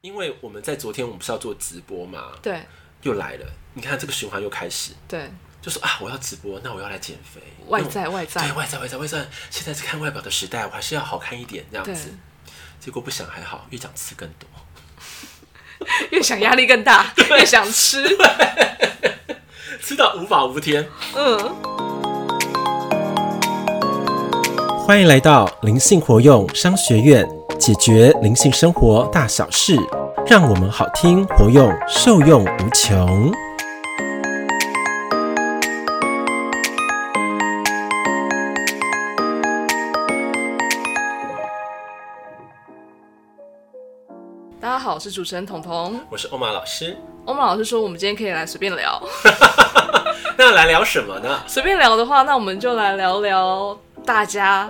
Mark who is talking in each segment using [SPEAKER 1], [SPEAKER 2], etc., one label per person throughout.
[SPEAKER 1] 因为我们在昨天我们不是要做直播嘛，
[SPEAKER 2] 对
[SPEAKER 1] 又来了，你看这个循环又开始，
[SPEAKER 2] 对，
[SPEAKER 1] 就说啊，我要直播，那我要来减肥，
[SPEAKER 2] 外
[SPEAKER 1] 那
[SPEAKER 2] 在外
[SPEAKER 1] 我对
[SPEAKER 2] 在，
[SPEAKER 1] 外在外在外在，现在是看外表的时代，我还是要好看一点这样
[SPEAKER 2] 对，
[SPEAKER 1] 子。结果不想还好，越想吃更多。
[SPEAKER 2] 越想压力更大，越想吃，
[SPEAKER 1] 吃到无法无天。
[SPEAKER 2] 嗯，
[SPEAKER 1] 欢迎来到灵性活用商学院，解决灵性生活大小事，让我们好听活用，受用无穷。
[SPEAKER 2] 大家好，我是主持人彤彤。
[SPEAKER 1] 我是欧玛老师，
[SPEAKER 2] 欧曼老师说，我们今天可以来随便聊，
[SPEAKER 1] 那来聊什么呢？
[SPEAKER 2] 随便聊的话，那我们就来聊聊大家。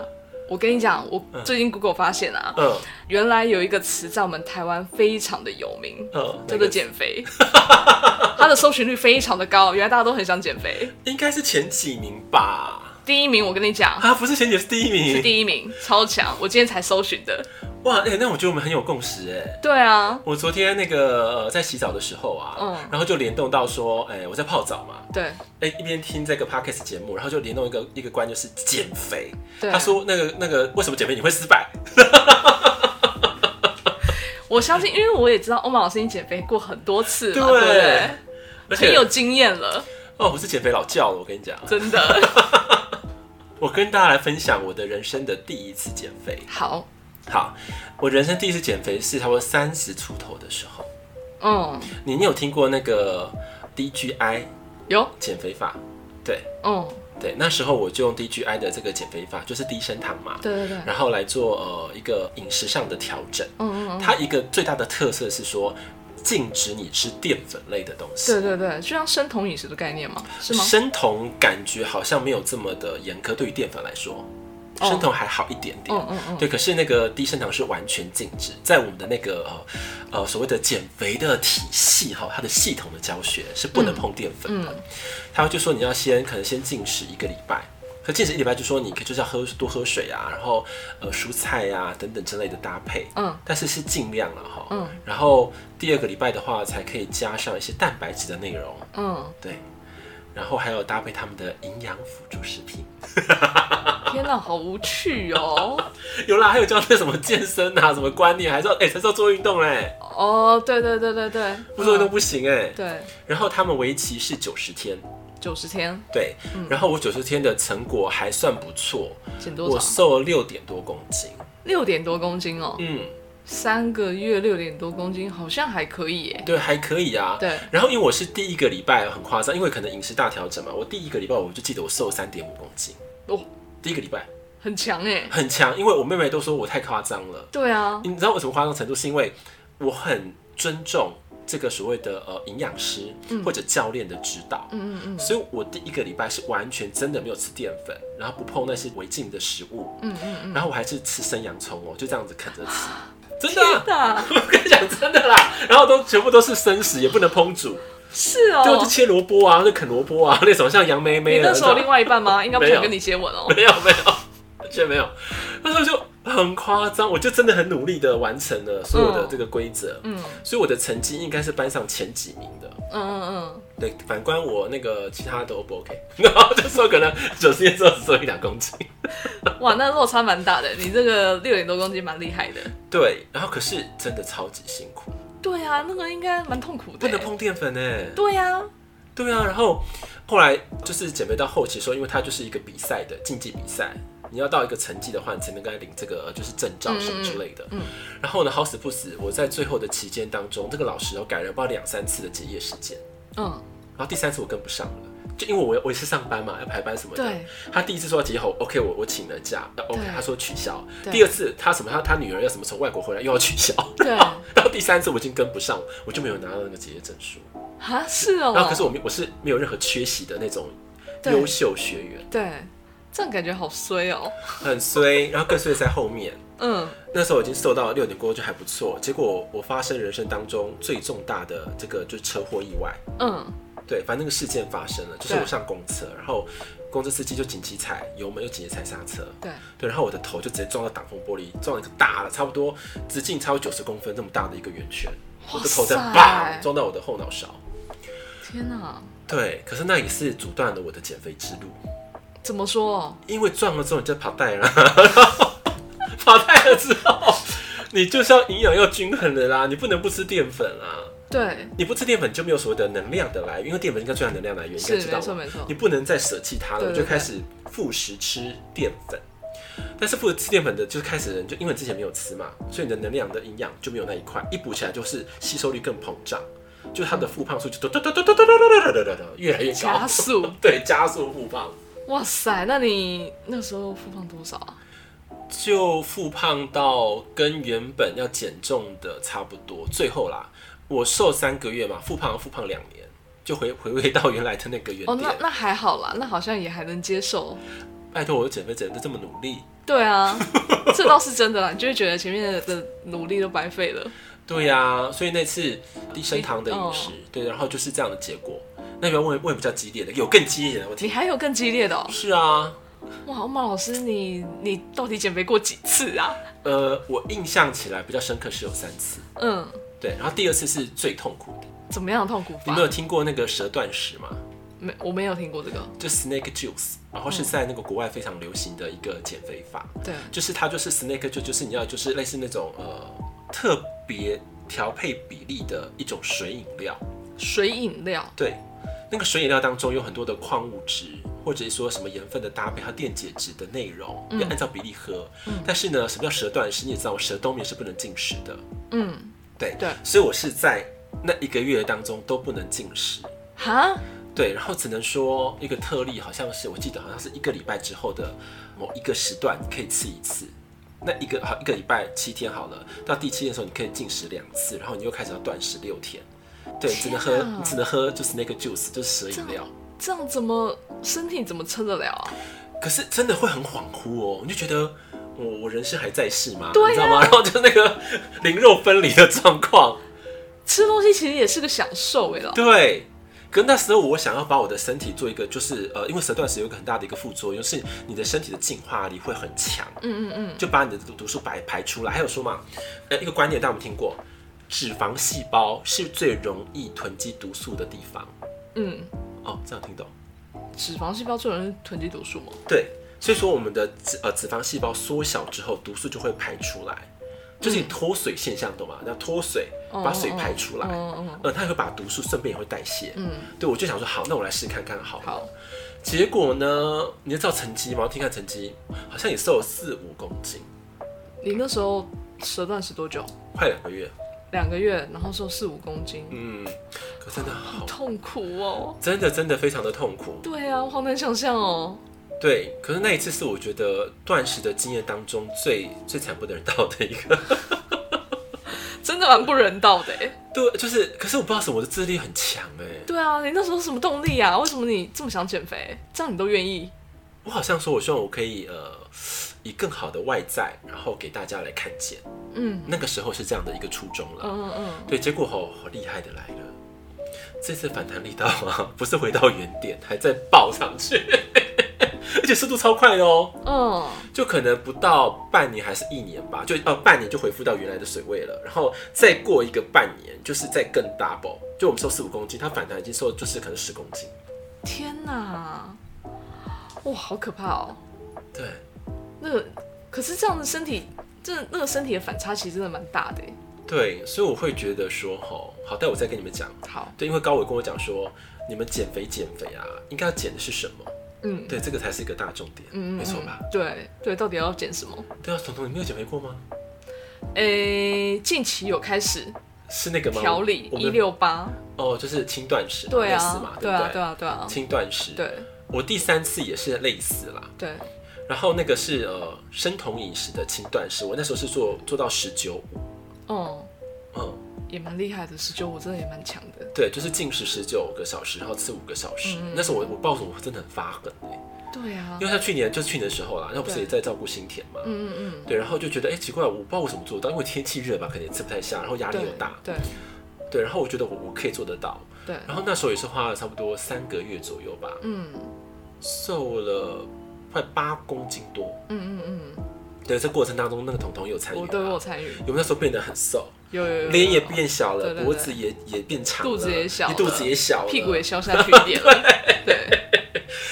[SPEAKER 2] 我跟你讲，我最近 Google 发现啊，
[SPEAKER 1] 嗯
[SPEAKER 2] 原来有一个词在我们台湾非常的有名，
[SPEAKER 1] 嗯，
[SPEAKER 2] 叫
[SPEAKER 1] 这
[SPEAKER 2] 做
[SPEAKER 1] 个
[SPEAKER 2] 减 肥，它的搜寻率非常的高，原来大家都很想减肥。
[SPEAKER 1] 应该是前几名吧？
[SPEAKER 2] 第一名，我跟你讲，
[SPEAKER 1] 啊，不是前几是第一名，
[SPEAKER 2] 是第一名，超强，我今天才搜寻的。
[SPEAKER 1] 哇！哎、那我觉得我们很有共识哎、
[SPEAKER 2] 对啊，
[SPEAKER 1] 我昨天那个、呃、在洗澡的时候啊，
[SPEAKER 2] 嗯
[SPEAKER 1] 然后就联动到说，哎、我在泡澡嘛，
[SPEAKER 2] 对
[SPEAKER 1] 哎、一边听这个 podcast 节目，然后就联动一个一个关就是减肥。
[SPEAKER 2] 对。啊
[SPEAKER 1] 他说那个那个为什么减肥你会失败？
[SPEAKER 2] 我相信，因为我也知道欧曼老师已经减肥过很多次嘛，
[SPEAKER 1] 对
[SPEAKER 2] 对不对？
[SPEAKER 1] 而且
[SPEAKER 2] 很有经验了，
[SPEAKER 1] 哦，我是减肥老教了，我跟你讲，
[SPEAKER 2] 真的。
[SPEAKER 1] 我跟大家来分享我的人生的第一次减肥。
[SPEAKER 2] 好，
[SPEAKER 1] 好，我人生第一次减肥是差不多三十出头的时候。
[SPEAKER 2] 嗯，
[SPEAKER 1] 你你有听过那个 DGI
[SPEAKER 2] 有，
[SPEAKER 1] 减肥法？对
[SPEAKER 2] 嗯，
[SPEAKER 1] 对，那时候我就用 DGI 的这个减肥法，就是低升糖嘛，
[SPEAKER 2] 对对对，
[SPEAKER 1] 然后来做呃一个饮食上的调整。
[SPEAKER 2] 嗯嗯嗯，
[SPEAKER 1] 它一个最大的特色是说，禁止你吃淀粉类的东西。
[SPEAKER 2] 对对对，就像生酮饮食的概念嘛，是吗？
[SPEAKER 1] 生酮感觉好像没有这么的严苛，对于淀粉来说，
[SPEAKER 2] 哦
[SPEAKER 1] 生酮还好一点点。
[SPEAKER 2] 嗯嗯嗯
[SPEAKER 1] 对，可是那个低升糖是完全禁止，在我们的那个呃呃所谓的减肥的体系哈，它的系统的教学是
[SPEAKER 2] 嗯
[SPEAKER 1] 不能碰淀粉的。他就说你要先可能先禁食一个礼拜，可禁食一礼拜就说你可就是要喝多喝水啊，然后呃蔬菜呀、等等之类的搭配。
[SPEAKER 2] 嗯，
[SPEAKER 1] 但是是尽量了哈。
[SPEAKER 2] 嗯。
[SPEAKER 1] 然后第二个礼拜的话，才可以加上一些蛋白质的内容。
[SPEAKER 2] 嗯，
[SPEAKER 1] 对，然后还有搭配他们的营养辅助食品。
[SPEAKER 2] 天哪，好无趣 哦！
[SPEAKER 1] 有啦，还有教那什么健身啊，什么观念，还说哎，才说做运动嘞，
[SPEAKER 2] 哦，对对对对对，
[SPEAKER 1] 不做运动
[SPEAKER 2] 嗯
[SPEAKER 1] 不行哎。
[SPEAKER 2] 对，
[SPEAKER 1] 然后他们为期是九十天，
[SPEAKER 2] 九十天
[SPEAKER 1] 对，
[SPEAKER 2] 嗯
[SPEAKER 1] 然后我九十天的成果还算不错，
[SPEAKER 2] 减多
[SPEAKER 1] 我
[SPEAKER 2] 少？
[SPEAKER 1] 瘦了六点多公斤。
[SPEAKER 2] 六点多公斤哦，
[SPEAKER 1] 嗯，
[SPEAKER 2] 三个月六点多公斤，好像还可以耶。
[SPEAKER 1] 对，还可以啊。
[SPEAKER 2] 对，
[SPEAKER 1] 然后因为我是第一个礼拜很夸张，因为可能饮食大调整嘛，我第一个礼拜我就记得我瘦三点五公斤，
[SPEAKER 2] 哦，
[SPEAKER 1] 第一个礼拜
[SPEAKER 2] 很强哎。
[SPEAKER 1] 很强，因为我妹妹都说我太夸张了。
[SPEAKER 2] 对啊，
[SPEAKER 1] 你知道为什么夸张程度？是因为我很尊重这个所谓的呃营养师或者教练的指导，
[SPEAKER 2] 嗯嗯嗯嗯
[SPEAKER 1] 所以我第一个礼拜是完全真的没有吃淀粉，然后不碰那些违禁的食物，
[SPEAKER 2] 嗯嗯嗯，
[SPEAKER 1] 然后我还是吃生洋葱哦，就这样子啃着吃，真的啊、
[SPEAKER 2] 天哪，
[SPEAKER 1] 我跟你讲真的啦，然后都全部都是生食，也不能烹煮，
[SPEAKER 2] 是
[SPEAKER 1] 最后
[SPEAKER 2] 哦
[SPEAKER 1] 就。切萝卜啊，就啃萝卜啊那种，像杨梅梅
[SPEAKER 2] 你
[SPEAKER 1] 的
[SPEAKER 2] 那时候
[SPEAKER 1] 种
[SPEAKER 2] 另外一 半吗？应该不
[SPEAKER 1] 没有
[SPEAKER 2] 想跟你接吻哦。
[SPEAKER 1] 没有没有，完全没有。那时候就很夸张，我就真的很努力的完成了所有的这个规则，
[SPEAKER 2] 嗯
[SPEAKER 1] 所以我的成绩应该是班上前几名的。
[SPEAKER 2] 嗯嗯
[SPEAKER 1] 对，反观我那个其他都不 OK，然 后就说可能九十天之后只有一两公斤。
[SPEAKER 2] 嗯，哇，那落差蛮大的。你这个六点多公斤蛮厉害的。
[SPEAKER 1] 对，然后可是真的超级辛苦，
[SPEAKER 2] 对啊，那个应该蛮痛苦的。
[SPEAKER 1] 不能。碰淀粉呢。
[SPEAKER 2] 对啊，
[SPEAKER 1] 对啊，然后后来就是减肥到后期的时候，因为它就是一个比赛的竞技比赛，你要到一个成绩的话，你才能够来领这个就是证照什么之类的。
[SPEAKER 2] 嗯嗯
[SPEAKER 1] 然后呢，好死不死，我在最后的期间当中，这个老师有改了不知道两三次的结业时间，
[SPEAKER 2] 嗯，
[SPEAKER 1] 然后第三次我跟不上了，就因为我我也是上班嘛，要排班什么的。
[SPEAKER 2] 对，
[SPEAKER 1] 他第一次说要结业后，OK，我我请了假那，OK，
[SPEAKER 2] 对
[SPEAKER 1] 他说取消。
[SPEAKER 2] 对
[SPEAKER 1] 第二次他什么他他女儿要什么从外国回来又要取消，
[SPEAKER 2] 对。
[SPEAKER 1] 到第三次我已经跟不上，我就没有拿到那个结业证书。
[SPEAKER 2] 啊，是哦。
[SPEAKER 1] 然后可是我没我是没有任何缺席的那种
[SPEAKER 2] 对
[SPEAKER 1] 优秀学员，
[SPEAKER 2] 对，这样感觉好衰哦。
[SPEAKER 1] 很衰，然后更衰在后面。
[SPEAKER 2] 嗯，
[SPEAKER 1] 那时候我已经瘦到六点过后就还不错，结果我发生人生当中最重大的这个就是车祸意外。
[SPEAKER 2] 嗯，
[SPEAKER 1] 对，反正那个事件发生了，就是
[SPEAKER 2] 对
[SPEAKER 1] 我上公车，然后公车司机就紧急踩油门，又紧急踩刹车，
[SPEAKER 2] 对，
[SPEAKER 1] 对，然后我的头就直接撞到挡风玻璃，撞了一个大的，差不多直径超过九十公分这么大的一个圆圈，我的头在
[SPEAKER 2] 哇塞
[SPEAKER 1] 砰撞到我的后脑勺。
[SPEAKER 2] 天哪，
[SPEAKER 1] 对，可是那也是阻断了我的减肥之路，
[SPEAKER 2] 怎么说？
[SPEAKER 1] 因为撞了之后你就跑带了，然后跑带了之后，你就是要营养要均衡的啦，你不能不吃淀粉啦。
[SPEAKER 2] 对，
[SPEAKER 1] 你不吃淀粉就没有所谓的能量的来源，因为淀粉应该最大能量来源，应该
[SPEAKER 2] 是
[SPEAKER 1] 知道
[SPEAKER 2] 没错
[SPEAKER 1] 吧
[SPEAKER 2] 没错
[SPEAKER 1] 你，不能再舍弃它了，
[SPEAKER 2] 对
[SPEAKER 1] 我
[SPEAKER 2] 对
[SPEAKER 1] 就开始复食吃淀粉。但是复食吃淀粉的，就是开始人就因为你之前没有吃嘛，所以你的能量的营养就没有那一块，一补起来就是吸收率更膨胀，就它的复胖数就嘟嘟嘟嘟嘟嘟嘟嘟嘟嘟嘟越来越高
[SPEAKER 2] 加，速，
[SPEAKER 1] 对，加速复胖。
[SPEAKER 2] 哇塞，那你那时候复胖多少啊？
[SPEAKER 1] 就复胖到跟原本要减重的差不多。最后啦，我瘦三个月嘛，复胖复胖两年，就回回归到原来的那个原
[SPEAKER 2] 哦，
[SPEAKER 1] 点。
[SPEAKER 2] 那那还好啦，那好像也还能接受。
[SPEAKER 1] 拜托，我减肥减的这么努力。
[SPEAKER 2] 对啊， 这倒是真的啦，你就会觉得前面的努力都白费了。
[SPEAKER 1] 对呀、所以那次低升糖的饮食，
[SPEAKER 2] 哦
[SPEAKER 1] 对，然后就是这样的结果。那边问问比较激烈的，有更激烈的，我
[SPEAKER 2] 你
[SPEAKER 1] 听。
[SPEAKER 2] 还有更激烈的哦！
[SPEAKER 1] 是啊，
[SPEAKER 2] 哇，欧马老师，你你到底减肥过几次啊？
[SPEAKER 1] 呃，我印象起来比较深刻是有三次，
[SPEAKER 2] 嗯，
[SPEAKER 1] 对，然后第二次是最痛苦的。
[SPEAKER 2] 怎么样的痛苦
[SPEAKER 1] 你
[SPEAKER 2] 法
[SPEAKER 1] 们？有听过那个蛇断食吗？
[SPEAKER 2] 没，我没有听过这个。
[SPEAKER 1] 就 snake juice，然后是在那个国外非常流行的一个减肥法，
[SPEAKER 2] 对，
[SPEAKER 1] 就是它就是 snake juice，就是你要就是类似那种呃特别调配比例的一种水饮料，
[SPEAKER 2] 水饮料，
[SPEAKER 1] 对，那个水饮料当中有很多的矿物质，或者说什么盐分的搭配和电解质的内容，要按照比例喝。但是呢，什么叫舌断食？你也知道，舌冬眠是不能进食的。
[SPEAKER 2] 嗯，
[SPEAKER 1] 对
[SPEAKER 2] 对
[SPEAKER 1] 所以我是在那一个月当中都不能进食。
[SPEAKER 2] 哈，
[SPEAKER 1] 对，然后只能说一个特例，好像是我记得好像是一个礼拜之后的某一个时段可以吃一次。那一个好一个礼拜七天好了，到第七天的时候你可以进食两次，然后你又开始要断食六天。对，只能喝
[SPEAKER 2] 天啊
[SPEAKER 1] 你只能喝就是那个 juice，就是蛇
[SPEAKER 2] 这
[SPEAKER 1] 饮料
[SPEAKER 2] 样。这样怎么身体怎么撑得了啊？
[SPEAKER 1] 可是真的会很恍惚哦，你就觉得我我人生还在世吗？
[SPEAKER 2] 对啊
[SPEAKER 1] 你知道吗？然后就那个 灵肉分离的状况，
[SPEAKER 2] 吃东西其实也是个享受哎、欸、啦。
[SPEAKER 1] 对。可是那时候我想要把我的身体做一个，就是呃，因为舌断食有一个很大的一个副作用，是你的身体的净化力会很强，
[SPEAKER 2] 嗯嗯嗯，
[SPEAKER 1] 就把你的毒毒素排排出来。还有说嘛，呃，一个观念大家有没有听过，脂肪细胞是最容易囤积毒素的地方。
[SPEAKER 2] 嗯，
[SPEAKER 1] 哦，这样听懂？
[SPEAKER 2] 脂肪细胞最容易囤积毒素嘛。
[SPEAKER 1] 对，所以说我们的脂呃脂肪细胞缩小之后，毒素就会排出来，就是脱水现象，懂吗？要脱水，把水排出来，
[SPEAKER 2] 嗯嗯嗯，
[SPEAKER 1] 呃，它也会把毒素顺便也会代谢。
[SPEAKER 2] 嗯，
[SPEAKER 1] 对，我就想说，好，那我来试看看好了。
[SPEAKER 2] 好，
[SPEAKER 1] 结果呢，你知道成绩吗？我听看成绩，好像也瘦了四五公斤，
[SPEAKER 2] 你那时候舌断食多久？
[SPEAKER 1] 快两个月。
[SPEAKER 2] 两个月，然后瘦四五公斤，
[SPEAKER 1] 嗯，可真的好，
[SPEAKER 2] 痛苦哦。
[SPEAKER 1] 真的真的非常的痛苦。
[SPEAKER 2] 对啊，我好难想象哦。
[SPEAKER 1] 对，可是那一次是我觉得断食的经验当中最最惨不忍睹的一个。
[SPEAKER 2] 真的蛮不人道的哎。
[SPEAKER 1] 对，就是，可是我不知道为什么，我的自制力很强哎、
[SPEAKER 2] 对啊，你那时候什么动力啊？为什么你这么想减肥？这样你都愿意？
[SPEAKER 1] 我好像说，我希望我可以呃，以更好的外在，然后给大家来看见。
[SPEAKER 2] 嗯
[SPEAKER 1] 那个时候是这样的一个初衷了。
[SPEAKER 2] 嗯嗯嗯，
[SPEAKER 1] 对，结果好好厉害的来了，这次反弹力道啊， 不是回到原点，还在爆上去， 而且速度超快的哦，
[SPEAKER 2] 嗯，
[SPEAKER 1] 就可能不到半年还是一年吧，就呃半年就恢复到原来的水位了，然后再过一个半年，就是再更 double，就我们瘦十五公斤，它反弹已经瘦就是可能十公斤。
[SPEAKER 2] 天哪，哇，好可怕哦。
[SPEAKER 1] 对，
[SPEAKER 2] 那个，可是这样的身体，这那个身体的反差其实真的蛮大的耶。欸
[SPEAKER 1] 对，所以我会觉得说，吼，好，待我再跟你们讲。
[SPEAKER 2] 好，
[SPEAKER 1] 对，因为高伟跟我讲说，你们减肥减肥啊，应该要减的是什么？
[SPEAKER 2] 嗯，
[SPEAKER 1] 对，这个才是一个大重点，
[SPEAKER 2] 嗯，嗯
[SPEAKER 1] 没错吧？？
[SPEAKER 2] 嗯对对，到底要减什么？
[SPEAKER 1] 对啊，彤彤，你没有减肥过吗？
[SPEAKER 2] 诶、近期有开始
[SPEAKER 1] 是那个吗？
[SPEAKER 2] 调理
[SPEAKER 1] 我
[SPEAKER 2] 一
[SPEAKER 1] 们
[SPEAKER 2] 六八，
[SPEAKER 1] 哦，就是轻断食，
[SPEAKER 2] 对
[SPEAKER 1] 类似
[SPEAKER 2] 啊
[SPEAKER 1] 嘛，，
[SPEAKER 2] 对
[SPEAKER 1] 不
[SPEAKER 2] 啊，
[SPEAKER 1] 对？
[SPEAKER 2] 对啊，对啊，
[SPEAKER 1] 轻断食，。
[SPEAKER 2] 对
[SPEAKER 1] 我第三次也是类似啦，
[SPEAKER 2] 对，
[SPEAKER 1] 然后那个是呃生酮饮食的轻断食，我那时候是做做到十九五，
[SPEAKER 2] 嗯，
[SPEAKER 1] 嗯，
[SPEAKER 2] 也蛮厉害的，十九我真的也蛮强的。
[SPEAKER 1] 对，就是禁食十九个小时，然后吃五个小时。
[SPEAKER 2] 嗯
[SPEAKER 1] 那时候我我暴走，我真的很发狠哎、
[SPEAKER 2] 对啊
[SPEAKER 1] 因，为他去年就是去年的时候啦，那不是
[SPEAKER 2] 对
[SPEAKER 1] 也在照顾新田嘛，
[SPEAKER 2] 嗯嗯
[SPEAKER 1] 对，然后就觉得哎、奇怪，我不知道为什么做得到，因为天气热吧，可能也吃不太下，然后压
[SPEAKER 2] 嗯，
[SPEAKER 1] 力
[SPEAKER 2] 对
[SPEAKER 1] 又大，
[SPEAKER 2] 对
[SPEAKER 1] 对，然后我觉得我我可以做得到，
[SPEAKER 2] 对，
[SPEAKER 1] 然后那时候也是花了差不多三个月左右吧，
[SPEAKER 2] 嗯，
[SPEAKER 1] 瘦了快八公斤多。
[SPEAKER 2] 嗯嗯嗯，
[SPEAKER 1] 对，这过程当中那个彤彤有参与
[SPEAKER 2] 我
[SPEAKER 1] 吗，
[SPEAKER 2] 都有参与，
[SPEAKER 1] 有没有那时候变得很瘦，
[SPEAKER 2] 有有有有，
[SPEAKER 1] 啊脸也
[SPEAKER 2] 有
[SPEAKER 1] 变小了，
[SPEAKER 2] 对对对
[SPEAKER 1] 脖子也也变长了，
[SPEAKER 2] 肚子也小了
[SPEAKER 1] 你肚子也小了，
[SPEAKER 2] 屁股也消下去一 点了，对，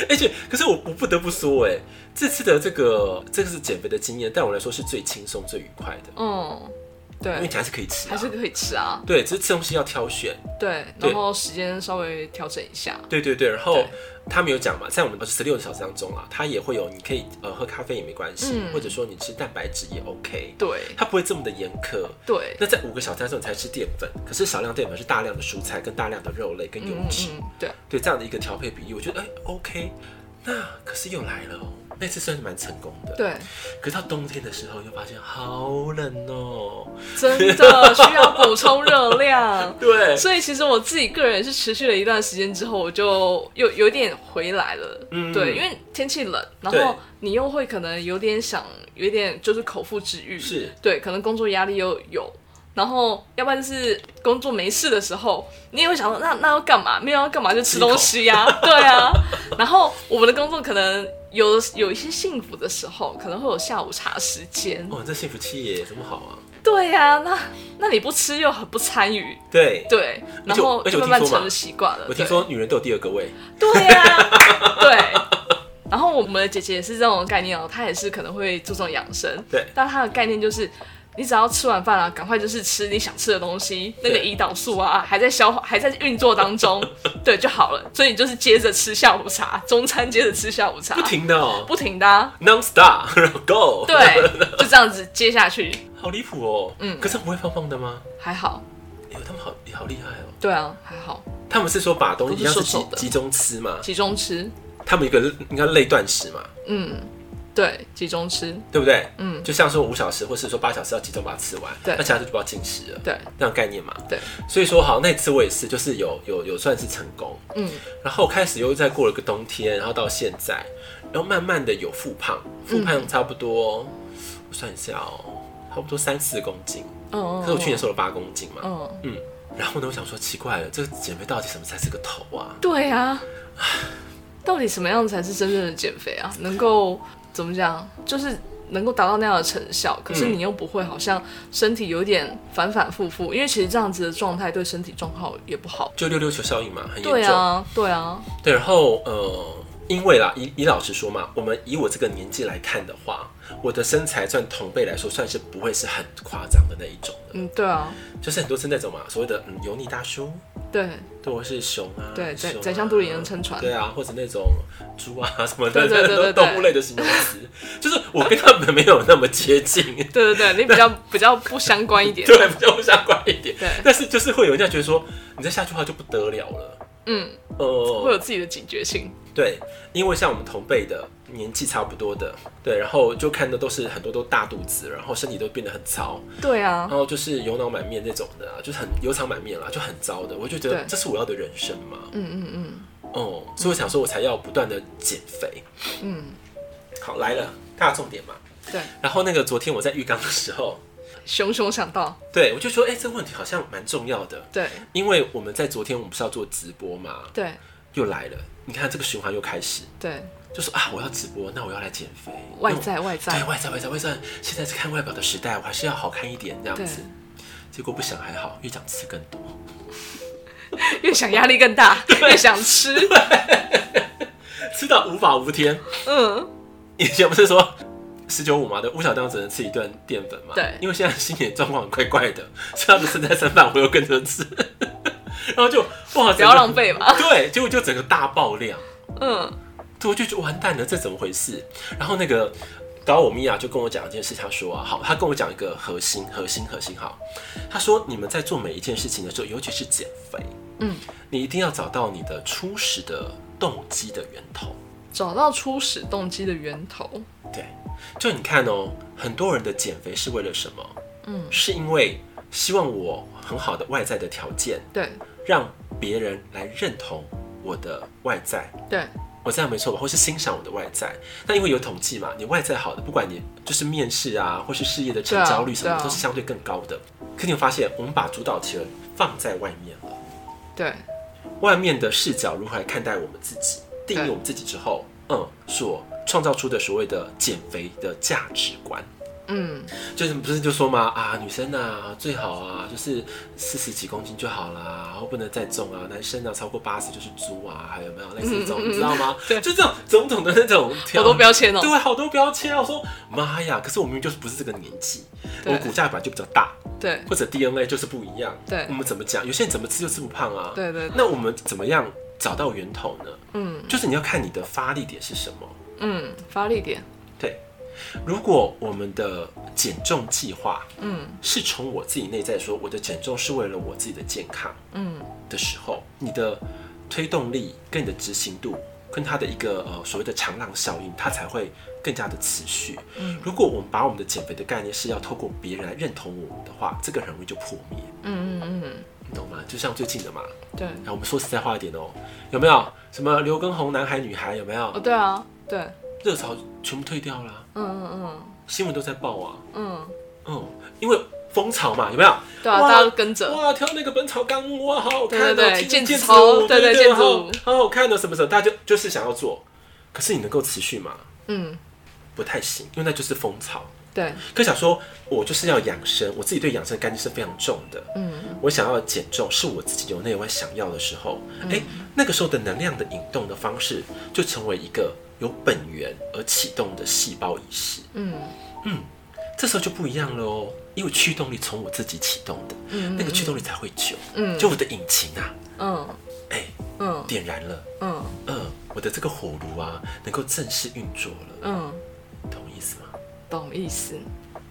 [SPEAKER 1] 而且，可是我我不得不说、哎，这次的这个这个是减肥的经验，对我来说是最轻松、最愉快的，
[SPEAKER 2] 嗯，
[SPEAKER 1] 因为
[SPEAKER 2] 对
[SPEAKER 1] 你，还是可以吃、啊，
[SPEAKER 2] 还是可以吃啊，
[SPEAKER 1] 对，只是吃东西要挑选，
[SPEAKER 2] 对，
[SPEAKER 1] 对
[SPEAKER 2] 然后时间稍微调整一下，
[SPEAKER 1] 对对对。然后
[SPEAKER 2] 对
[SPEAKER 1] 他们有讲嘛，在我们十六小时当中啊，他也会有，你可以呃喝咖啡也没关系，
[SPEAKER 2] 嗯
[SPEAKER 1] 或者说你吃蛋白质也 OK，
[SPEAKER 2] 对
[SPEAKER 1] 他不会这么的严苛。
[SPEAKER 2] 对，
[SPEAKER 1] 那在五个小时当中，你才吃淀粉，可是少量淀粉是大量的蔬菜跟大量的肉类跟油
[SPEAKER 2] 嗯
[SPEAKER 1] 脂，
[SPEAKER 2] 嗯嗯，对，
[SPEAKER 1] 对这样的一个调配比例，我觉得哎、OK。那可是又来了哦，那次算是蛮成功的。
[SPEAKER 2] 对，
[SPEAKER 1] 可到冬天的时候，又发现好冷哦、。
[SPEAKER 2] 真的需要补充热量
[SPEAKER 1] 对，
[SPEAKER 2] 所以其实我自己个人也是持续了一段时间之后，我就又有点回来了。
[SPEAKER 1] 嗯
[SPEAKER 2] 对，因为天气冷，然
[SPEAKER 1] 对
[SPEAKER 2] 后你又会可能有点想，有点就是口腹之欲。
[SPEAKER 1] 是
[SPEAKER 2] 对，可能工作压力又有，然后要不然就是工作没事的时候，你也会想说，那那要干嘛？没有要干嘛就吃东西 呀、对啊。然后我们的工作可能有有一些幸福的时候，可能会有下午茶时间。
[SPEAKER 1] 哦，这幸福期也怎么好啊？
[SPEAKER 2] 对呀、那那你不吃又很不参与，
[SPEAKER 1] 对，
[SPEAKER 2] 对，
[SPEAKER 1] 而
[SPEAKER 2] 然
[SPEAKER 1] 且我
[SPEAKER 2] 后
[SPEAKER 1] 而且
[SPEAKER 2] 就
[SPEAKER 1] 我
[SPEAKER 2] 慢慢
[SPEAKER 1] 听说嘛
[SPEAKER 2] 成了习惯了。
[SPEAKER 1] 我听
[SPEAKER 2] 对
[SPEAKER 1] 说女人都有第二个胃，
[SPEAKER 2] 对呀、对。然后我们的姐姐也是这种概念哦，她也是可能会注重养生。
[SPEAKER 1] 对
[SPEAKER 2] 但她的概念就是，你只要吃完饭了、啊赶快就是吃你想吃的东西，那个
[SPEAKER 1] 对
[SPEAKER 2] 胰岛素啊还在消化，还在运作 当中，对就好了。所以你就是接着吃下午茶，中餐接着吃下午茶，
[SPEAKER 1] 不停的哦、
[SPEAKER 2] 不停的、啊，
[SPEAKER 1] n o n stop，然后 go，
[SPEAKER 2] 对，就这样子接下去，
[SPEAKER 1] 好离谱哦。嗯，可是不会胖胖的吗？
[SPEAKER 2] 还好，
[SPEAKER 1] 哎呦，他们好好厉害哦、
[SPEAKER 2] 对啊，还好，
[SPEAKER 1] 他们是说把东西
[SPEAKER 2] 都是
[SPEAKER 1] 一样是
[SPEAKER 2] 瘦
[SPEAKER 1] 集
[SPEAKER 2] 瘦的
[SPEAKER 1] 集中吃嘛？
[SPEAKER 2] 集中吃，
[SPEAKER 1] 他们有一个应该类断食嘛，
[SPEAKER 2] 嗯，对，集中吃，
[SPEAKER 1] 对不对？
[SPEAKER 2] 嗯
[SPEAKER 1] 就像说五小时或是说八小时要集中把它吃完，
[SPEAKER 2] 对
[SPEAKER 1] 那其他就不要进食了，
[SPEAKER 2] 对
[SPEAKER 1] 那种概念嘛。
[SPEAKER 2] 对，
[SPEAKER 1] 所以说好，那次我也是，就是有有有算是成功，
[SPEAKER 2] 嗯
[SPEAKER 1] 然后开始又再过了个冬天，然后到现在，然后慢慢的有复胖，复
[SPEAKER 2] 嗯
[SPEAKER 1] 胖差不多，我算一下哦，差不多三四公斤，
[SPEAKER 2] 嗯嗯，
[SPEAKER 1] 可是我去年瘦了八公斤嘛，
[SPEAKER 2] 嗯，
[SPEAKER 1] 嗯。然后呢，我想说奇怪了，这个减肥到底什么才是个头啊？
[SPEAKER 2] 对啊，到底什么样才是真正的减肥啊？能够怎么讲，就是能够达到那样的成效，可是
[SPEAKER 1] 嗯
[SPEAKER 2] 你又不会好像身体有点反反复复，因为其实这样子的状态对身体状况也不好。
[SPEAKER 1] 就溜溜球效应嘛，很严重。
[SPEAKER 2] 对啊，对啊，
[SPEAKER 1] 对，然后呃，因为啦，以以老实说嘛，我们以我这个年纪来看的话，我的身材算同辈来说，算是不会是很夸张的那一种的，
[SPEAKER 2] 嗯，对啊，
[SPEAKER 1] 就是很多是那种嘛，所谓的嗯油腻大叔，
[SPEAKER 2] 对
[SPEAKER 1] 对，或是熊啊，
[SPEAKER 2] 对，宰
[SPEAKER 1] 熊啊
[SPEAKER 2] 宰相肚里能撑船。
[SPEAKER 1] 对啊，或者那种猪啊什么的，
[SPEAKER 2] 对对对对对
[SPEAKER 1] 动物类的形容词，就是我跟他们没有那么接近，
[SPEAKER 2] 对对对，你比较比较不相关一点。
[SPEAKER 1] 对，比较不相关一点
[SPEAKER 2] 对。
[SPEAKER 1] 但是就是会有人家觉得说，你再下去的话就不得了了，
[SPEAKER 2] 嗯，
[SPEAKER 1] 呃，
[SPEAKER 2] 会有自己的警觉性。
[SPEAKER 1] 对，因为像我们同辈的年纪差不多的，对，然后就看的都是很多都大肚子，然后身体都变得很糙，
[SPEAKER 2] 对啊
[SPEAKER 1] 然，后就是油脑满面那种的、啊，就是很油肠满面啦、就很糟的。我就觉得
[SPEAKER 2] 对
[SPEAKER 1] 这是我要的人生嘛，
[SPEAKER 2] 嗯嗯嗯
[SPEAKER 1] 哦、所以我想说，我才要不断的减肥。
[SPEAKER 2] 嗯，
[SPEAKER 1] 好，来了，大重点嘛。
[SPEAKER 2] 对，
[SPEAKER 1] 然后那个昨天我在浴缸的时候，
[SPEAKER 2] 熊熊想到，
[SPEAKER 1] 对我就说，哎、这个问题好像蛮重要的，
[SPEAKER 2] 对
[SPEAKER 1] 因为我们在昨天我们不是要做直播嘛，
[SPEAKER 2] 对
[SPEAKER 1] 又来了，你看这个循环又开始，
[SPEAKER 2] 对，
[SPEAKER 1] 就说啊，我要直播，那我要来减肥，
[SPEAKER 2] 外
[SPEAKER 1] 那我
[SPEAKER 2] 在外
[SPEAKER 1] 对
[SPEAKER 2] 在，
[SPEAKER 1] 外在外在外在，现在是看外表的时代，我还是要好看一点这样
[SPEAKER 2] 对
[SPEAKER 1] 子。结果不想还好，越想吃更多。
[SPEAKER 2] 越想压力更大，越想吃。
[SPEAKER 1] 吃到无法无天。
[SPEAKER 2] 嗯，
[SPEAKER 1] 以前不是说十九五嘛的，五小当只能吃一顿淀粉嘛。
[SPEAKER 2] 对
[SPEAKER 1] 因为现在心理状况很怪怪的，所以他的剩菜剩饭我又跟着吃， 然后就哇，
[SPEAKER 2] 不要浪费嘛。
[SPEAKER 1] 整个。对，结果就整个大爆量，
[SPEAKER 2] 嗯，
[SPEAKER 1] 对，我就觉得完蛋了，这怎么回事？然后那个。高我米娅就跟我讲一件事，她说啊，好，她跟我讲一个核心，核心，核心，好，她说你们在做每一件事情的时候，尤其是减肥，
[SPEAKER 2] 嗯，
[SPEAKER 1] 你一定要找到你的初始的动机的源头。
[SPEAKER 2] 找到初始动机的源头。
[SPEAKER 1] 对，就你看哦，很多人的减肥是为了什么？
[SPEAKER 2] 嗯，
[SPEAKER 1] 是因为希望我很好的外在的条件，
[SPEAKER 2] 对
[SPEAKER 1] 让别人来认同我的外在。
[SPEAKER 2] 对
[SPEAKER 1] 我这样没错吧？或是欣赏我的外在？那因为有统计嘛，你外在好的，不管你就是面试啊，或是事业的成交率什么，
[SPEAKER 2] 对啊对啊
[SPEAKER 1] 都是相对更高的。可你有发现，我们把主导权放在外面了，
[SPEAKER 2] 对
[SPEAKER 1] 外面的视角如何来看待我们自己，定义我们自己之后，嗯所创造出的所谓的减肥的价值观。
[SPEAKER 2] 嗯，
[SPEAKER 1] 就是不是就说嘛啊，女生啊最好啊，就是四十几公斤就好啦，然后不能再重啊。男生啊超过八十就是猪啊，还有没有类似这种，你知道吗？
[SPEAKER 2] 对
[SPEAKER 1] 就这种种种的那种
[SPEAKER 2] 好多
[SPEAKER 1] 标
[SPEAKER 2] 标签哦、
[SPEAKER 1] 对，好多标签啊。我说妈呀，可是我明明就是不是这个年纪，我
[SPEAKER 2] 对
[SPEAKER 1] 们骨架本来就比较大，
[SPEAKER 2] 对
[SPEAKER 1] 或者 DNA 就是不一样。
[SPEAKER 2] 对
[SPEAKER 1] 我们怎么讲？有些人怎么吃就吃不胖啊。
[SPEAKER 2] 对对，对
[SPEAKER 1] 那我们怎么样找到源头呢？
[SPEAKER 2] 嗯
[SPEAKER 1] 就是你要看你的发力点是什么。
[SPEAKER 2] 嗯，发力点，
[SPEAKER 1] 对，如果我们的减重计划
[SPEAKER 2] 嗯
[SPEAKER 1] 是从我自己内在说，我的减重是为了我自己的健康
[SPEAKER 2] 嗯
[SPEAKER 1] 的时候，你的推动力跟你的执行度，跟它的一个呃所谓的长浪效应，它才会更加的持续。
[SPEAKER 2] 嗯
[SPEAKER 1] 如果我们把我们的减肥的概念是要透过别人来认同我们的话，这个很容易就破灭，
[SPEAKER 2] 嗯嗯嗯，
[SPEAKER 1] 你懂吗？就像最近的嘛，
[SPEAKER 2] 对，
[SPEAKER 1] 哎，我们说实在话一点哦、有没有什么刘畊宏男孩女孩有没
[SPEAKER 2] 哦
[SPEAKER 1] 有
[SPEAKER 2] 对啊，对，
[SPEAKER 1] 热潮全部退掉了啊，
[SPEAKER 2] 嗯嗯
[SPEAKER 1] 新闻都在报啊。
[SPEAKER 2] 嗯嗯，
[SPEAKER 1] 嗯，因为风潮嘛，有没有？
[SPEAKER 2] 对啊，
[SPEAKER 1] 哇
[SPEAKER 2] 大家都跟着，
[SPEAKER 1] 哇，跳那个《本草纲目》哇，好好看
[SPEAKER 2] 对
[SPEAKER 1] 哦，
[SPEAKER 2] 对对
[SPEAKER 1] 健健
[SPEAKER 2] 毽
[SPEAKER 1] 子
[SPEAKER 2] 子操
[SPEAKER 1] 舞，
[SPEAKER 2] 对对
[SPEAKER 1] 对
[SPEAKER 2] 毽子
[SPEAKER 1] 好
[SPEAKER 2] 舞
[SPEAKER 1] 好好看的哦什么什么，大家就就是想要做，可是你能够持续吗？
[SPEAKER 2] 嗯，
[SPEAKER 1] 不太行，因为那就是风潮。
[SPEAKER 2] 对，
[SPEAKER 1] 可想说，我就是要养生，我自己对养生的概念是非常重的。
[SPEAKER 2] 嗯
[SPEAKER 1] 我想要减重，是我自己由内外想要的时候，
[SPEAKER 2] 嗯
[SPEAKER 1] 哎、那个时候的能量的引动的方式，就成为一个由本源而启动的细胞仪式。
[SPEAKER 2] 嗯
[SPEAKER 1] 这时候就不一样了哦，因为驱动力从我自己启动的，
[SPEAKER 2] 嗯
[SPEAKER 1] 那个驱动力才会久。
[SPEAKER 2] 嗯
[SPEAKER 1] 就我的引擎啊，
[SPEAKER 2] 嗯
[SPEAKER 1] 哎、
[SPEAKER 2] 嗯
[SPEAKER 1] 点燃了，
[SPEAKER 2] 嗯
[SPEAKER 1] 嗯，我的这个火炉啊，能够正式运作了，
[SPEAKER 2] 嗯，
[SPEAKER 1] 懂意思吗？
[SPEAKER 2] 懂意思，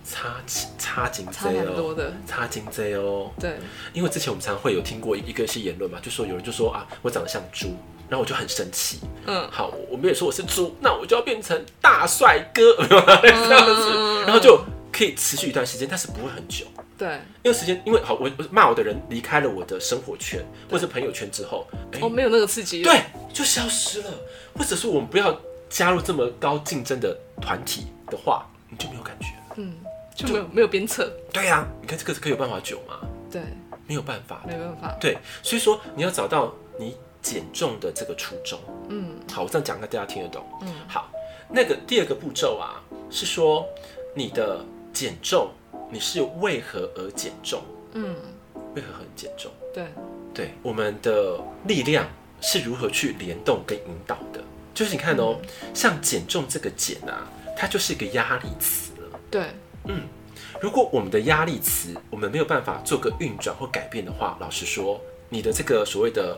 [SPEAKER 1] 插起插紧
[SPEAKER 2] 差
[SPEAKER 1] 贼
[SPEAKER 2] 蛮多
[SPEAKER 1] 哦，
[SPEAKER 2] 的，
[SPEAKER 1] 插紧贼哦。
[SPEAKER 2] 对，
[SPEAKER 1] 因为之前我们常会有听过一个一些言论嘛，就说有人就说啊，我长得像猪，然后我就很生气。
[SPEAKER 2] 嗯
[SPEAKER 1] 好，我我没有说我是猪，那我就要变成大帅哥， 这
[SPEAKER 2] 嗯
[SPEAKER 1] 样子，然后就可以持续一段时间，但是不会很久。
[SPEAKER 2] 对，
[SPEAKER 1] 因为时间，因为好，我我骂我的人离开了我的生活圈或是朋友圈之后，哎、
[SPEAKER 2] 哦没有那个刺激，，
[SPEAKER 1] 对，就消失了。或者说我们不要加入这么高竞争的团体的话，你就没有感觉了。
[SPEAKER 2] 嗯，就没有没有鞭策，
[SPEAKER 1] 对呀、你看这个可以有办法久吗？
[SPEAKER 2] 对，
[SPEAKER 1] 没有办法的。
[SPEAKER 2] 没办法，
[SPEAKER 1] 对，所以说你要找到你减重的这个初衷。
[SPEAKER 2] 嗯
[SPEAKER 1] 好，我这样讲，大家听得懂。
[SPEAKER 2] 嗯
[SPEAKER 1] 好，那个第二个步骤啊，是说你的减重，你是为何而减重？
[SPEAKER 2] 嗯，
[SPEAKER 1] 为何而减重？
[SPEAKER 2] 对，
[SPEAKER 1] 对我们的力量是如何去联动跟引导的。就是你看哦，像减重这个减啊，它就是一个压力词了。
[SPEAKER 2] 对，
[SPEAKER 1] 如果我们的压力词我们没有办法做个运转或改变的话，老实说，你的这个所谓的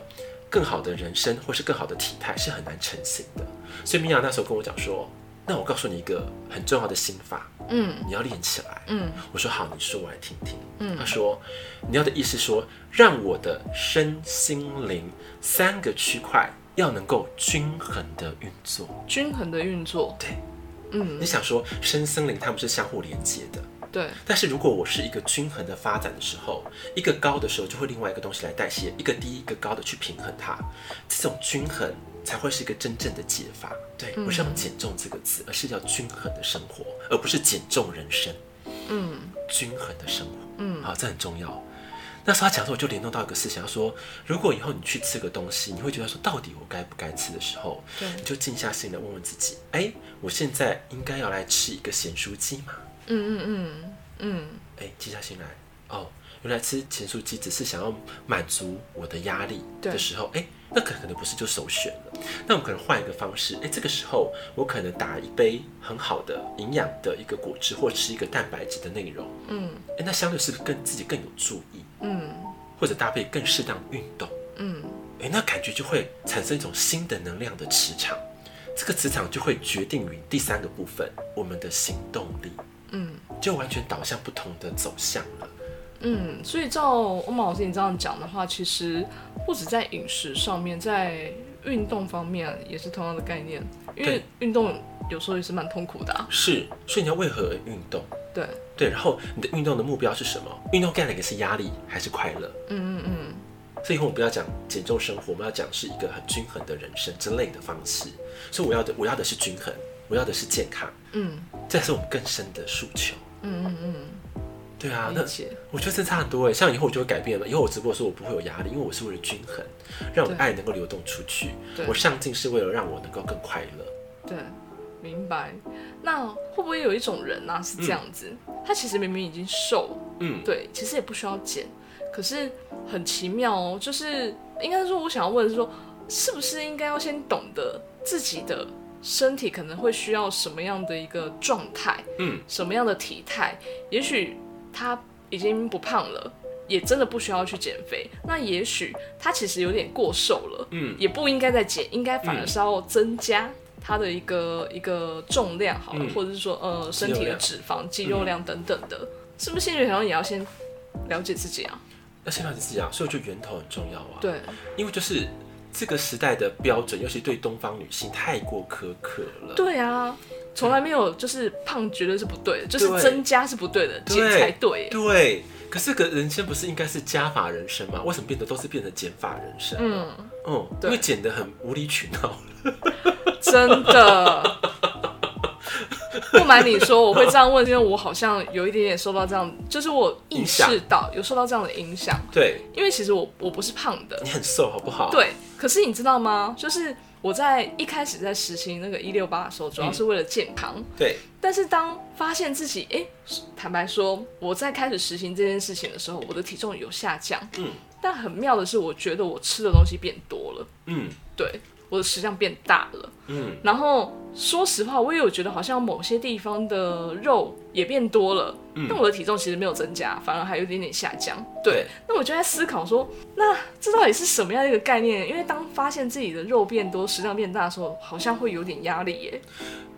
[SPEAKER 1] 更好的人生或是更好的体态是很难成型的。所以米娅那时候跟我讲说，那我告诉你一个很重要的心法，
[SPEAKER 2] 嗯
[SPEAKER 1] 你要练起来。
[SPEAKER 2] 嗯
[SPEAKER 1] 我说好，你说我来听听。
[SPEAKER 2] 嗯
[SPEAKER 1] 他说你要的意思说，让我的身心灵三个区块要能够均衡的运作。
[SPEAKER 2] 均衡的运作，
[SPEAKER 1] 对，
[SPEAKER 2] 嗯
[SPEAKER 1] 你想说身心灵它们是相互连接的，
[SPEAKER 2] 对，
[SPEAKER 1] 但是如果我是一个均衡的发展的时候，一个高的时候就会另外一个东西来代谢，一个低一个高的去平衡它，这种均衡才会是一个真正的解法。对，不是用减重这个词，而是要均衡的生活，而不是减重人生。
[SPEAKER 2] 嗯
[SPEAKER 1] 均衡的生活。
[SPEAKER 2] 嗯
[SPEAKER 1] 好，这很重要。那时候他讲说，我就联动到一个事情，他说，如果以后你去吃个东西，你会觉得说，到底我该不该吃的时候
[SPEAKER 2] 对，
[SPEAKER 1] 你就静下心来问问自己，哎、我现在应该要来吃一个咸酥鸡吗？
[SPEAKER 2] 嗯嗯嗯嗯，
[SPEAKER 1] 哎、静下心来，哦，原来吃咸酥鸡只是想要满足我的压力
[SPEAKER 2] 对
[SPEAKER 1] 的时候，哎、那可可能不是就首选了。那我们可能换一个方式，哎、这个时候我可能打一杯很好的营养的一个果汁，或吃一个蛋白质的内容，
[SPEAKER 2] 嗯
[SPEAKER 1] 哎、那相对是不是更自己更有注意，
[SPEAKER 2] 嗯
[SPEAKER 1] 或者搭配更适当运动，
[SPEAKER 2] 嗯。
[SPEAKER 1] 哎、那感觉就会产生一种新的能量的磁场，这个磁场就会决定于第三个部分，我们的行动力
[SPEAKER 2] 嗯
[SPEAKER 1] 就完全导向不同的走向了。
[SPEAKER 2] 嗯，所以照欧曼老师你这样讲的话，其实不止在饮食上面，在运动方面也是同样的概念，因为
[SPEAKER 1] 对
[SPEAKER 2] 运动有时候也是蛮痛苦的、啊。
[SPEAKER 1] 是，所以你要为何而运动？
[SPEAKER 2] 对，
[SPEAKER 1] 对，然后你的运动的目标是什么？运动带来的是压力还是快乐？
[SPEAKER 2] 嗯嗯嗯，
[SPEAKER 1] 所以以后我们不要讲减重生活，我们要讲是一个很均衡的人生之类的方式。所以我要的，我要的是均衡，我要的是健康，
[SPEAKER 2] 嗯
[SPEAKER 1] 这才是我们更深的诉求。
[SPEAKER 2] 嗯嗯嗯
[SPEAKER 1] 对啊，
[SPEAKER 2] 理
[SPEAKER 1] 那
[SPEAKER 2] 解
[SPEAKER 1] 我觉得这差很多哎。像以后我就会改变了，以后我直播的时候我不会有压力，因为我是为了均衡，让我的
[SPEAKER 2] 对
[SPEAKER 1] 爱能够流动出去
[SPEAKER 2] 对。
[SPEAKER 1] 我上镜是为了让我能够更快乐。
[SPEAKER 2] 对，明白。那会不会有一种人啊是这样子？他其实明明已经瘦，
[SPEAKER 1] 嗯，
[SPEAKER 2] 对，其实也不需要减，可是很奇妙哦，就是应该说，我想要问的是说，是不是应该要先懂得自己的身体可能会需要什么样的一个状态，
[SPEAKER 1] 嗯，
[SPEAKER 2] 什么样的体态？也许他已经不胖了。也真的不需要去减肥，那也许他其实有点过瘦了，
[SPEAKER 1] 嗯
[SPEAKER 2] 也不应该再减，应该反而是要增加他的一个、一个重量好了，
[SPEAKER 1] 嗯
[SPEAKER 2] 或者是说呃身
[SPEAKER 1] 肌肉
[SPEAKER 2] 体的
[SPEAKER 1] 量
[SPEAKER 2] 脂肪、肌肉量等等的，是不是心理学上也要先了解自己啊？
[SPEAKER 1] 要先了解自己啊，所以我觉得源头很重要啊。，
[SPEAKER 2] 对，
[SPEAKER 1] 因为就是这个时代的标准，尤其对东方女性太过苛刻了。
[SPEAKER 2] 对啊，从来没有就是胖绝对是不对的，就是
[SPEAKER 1] 对
[SPEAKER 2] 增加是不对的，减才对。
[SPEAKER 1] 对，可是个人生不是应该是加法人生吗？为什么变得都是变成减法人生？嗯
[SPEAKER 2] 嗯，
[SPEAKER 1] 嗯，因
[SPEAKER 2] 对
[SPEAKER 1] 为减的很无理取闹。
[SPEAKER 2] 真的。不瞒你说，我会这样问，因为我好像有一点点受到这样，就是我意识到有受到这样的影响，
[SPEAKER 1] 对
[SPEAKER 2] 因为其实我我不是胖的，
[SPEAKER 1] 你很瘦好不好？，
[SPEAKER 2] 对，可是你知道吗？就是我在一开始在实行那个一六八的时候，主要是为了健康。
[SPEAKER 1] 对，
[SPEAKER 2] 但是当发现自己，哎、坦白说，我在开始实行这件事情的时候，我的体重有下降。
[SPEAKER 1] 嗯。
[SPEAKER 2] 但很妙的是，我觉得我吃的东西变多了，
[SPEAKER 1] 嗯
[SPEAKER 2] 对，我的食量变大了。
[SPEAKER 1] 嗯，
[SPEAKER 2] 然后说实话，我也有觉得好像某些地方的肉也变多了，但我的体重其实没有增加，反而还有一点点下降。
[SPEAKER 1] 嗯对
[SPEAKER 2] 对，那我就在思考说，那这到底是什么样的一个概念？因为当发现自己的肉变多、食量变大的时候，好像会有点压力耶。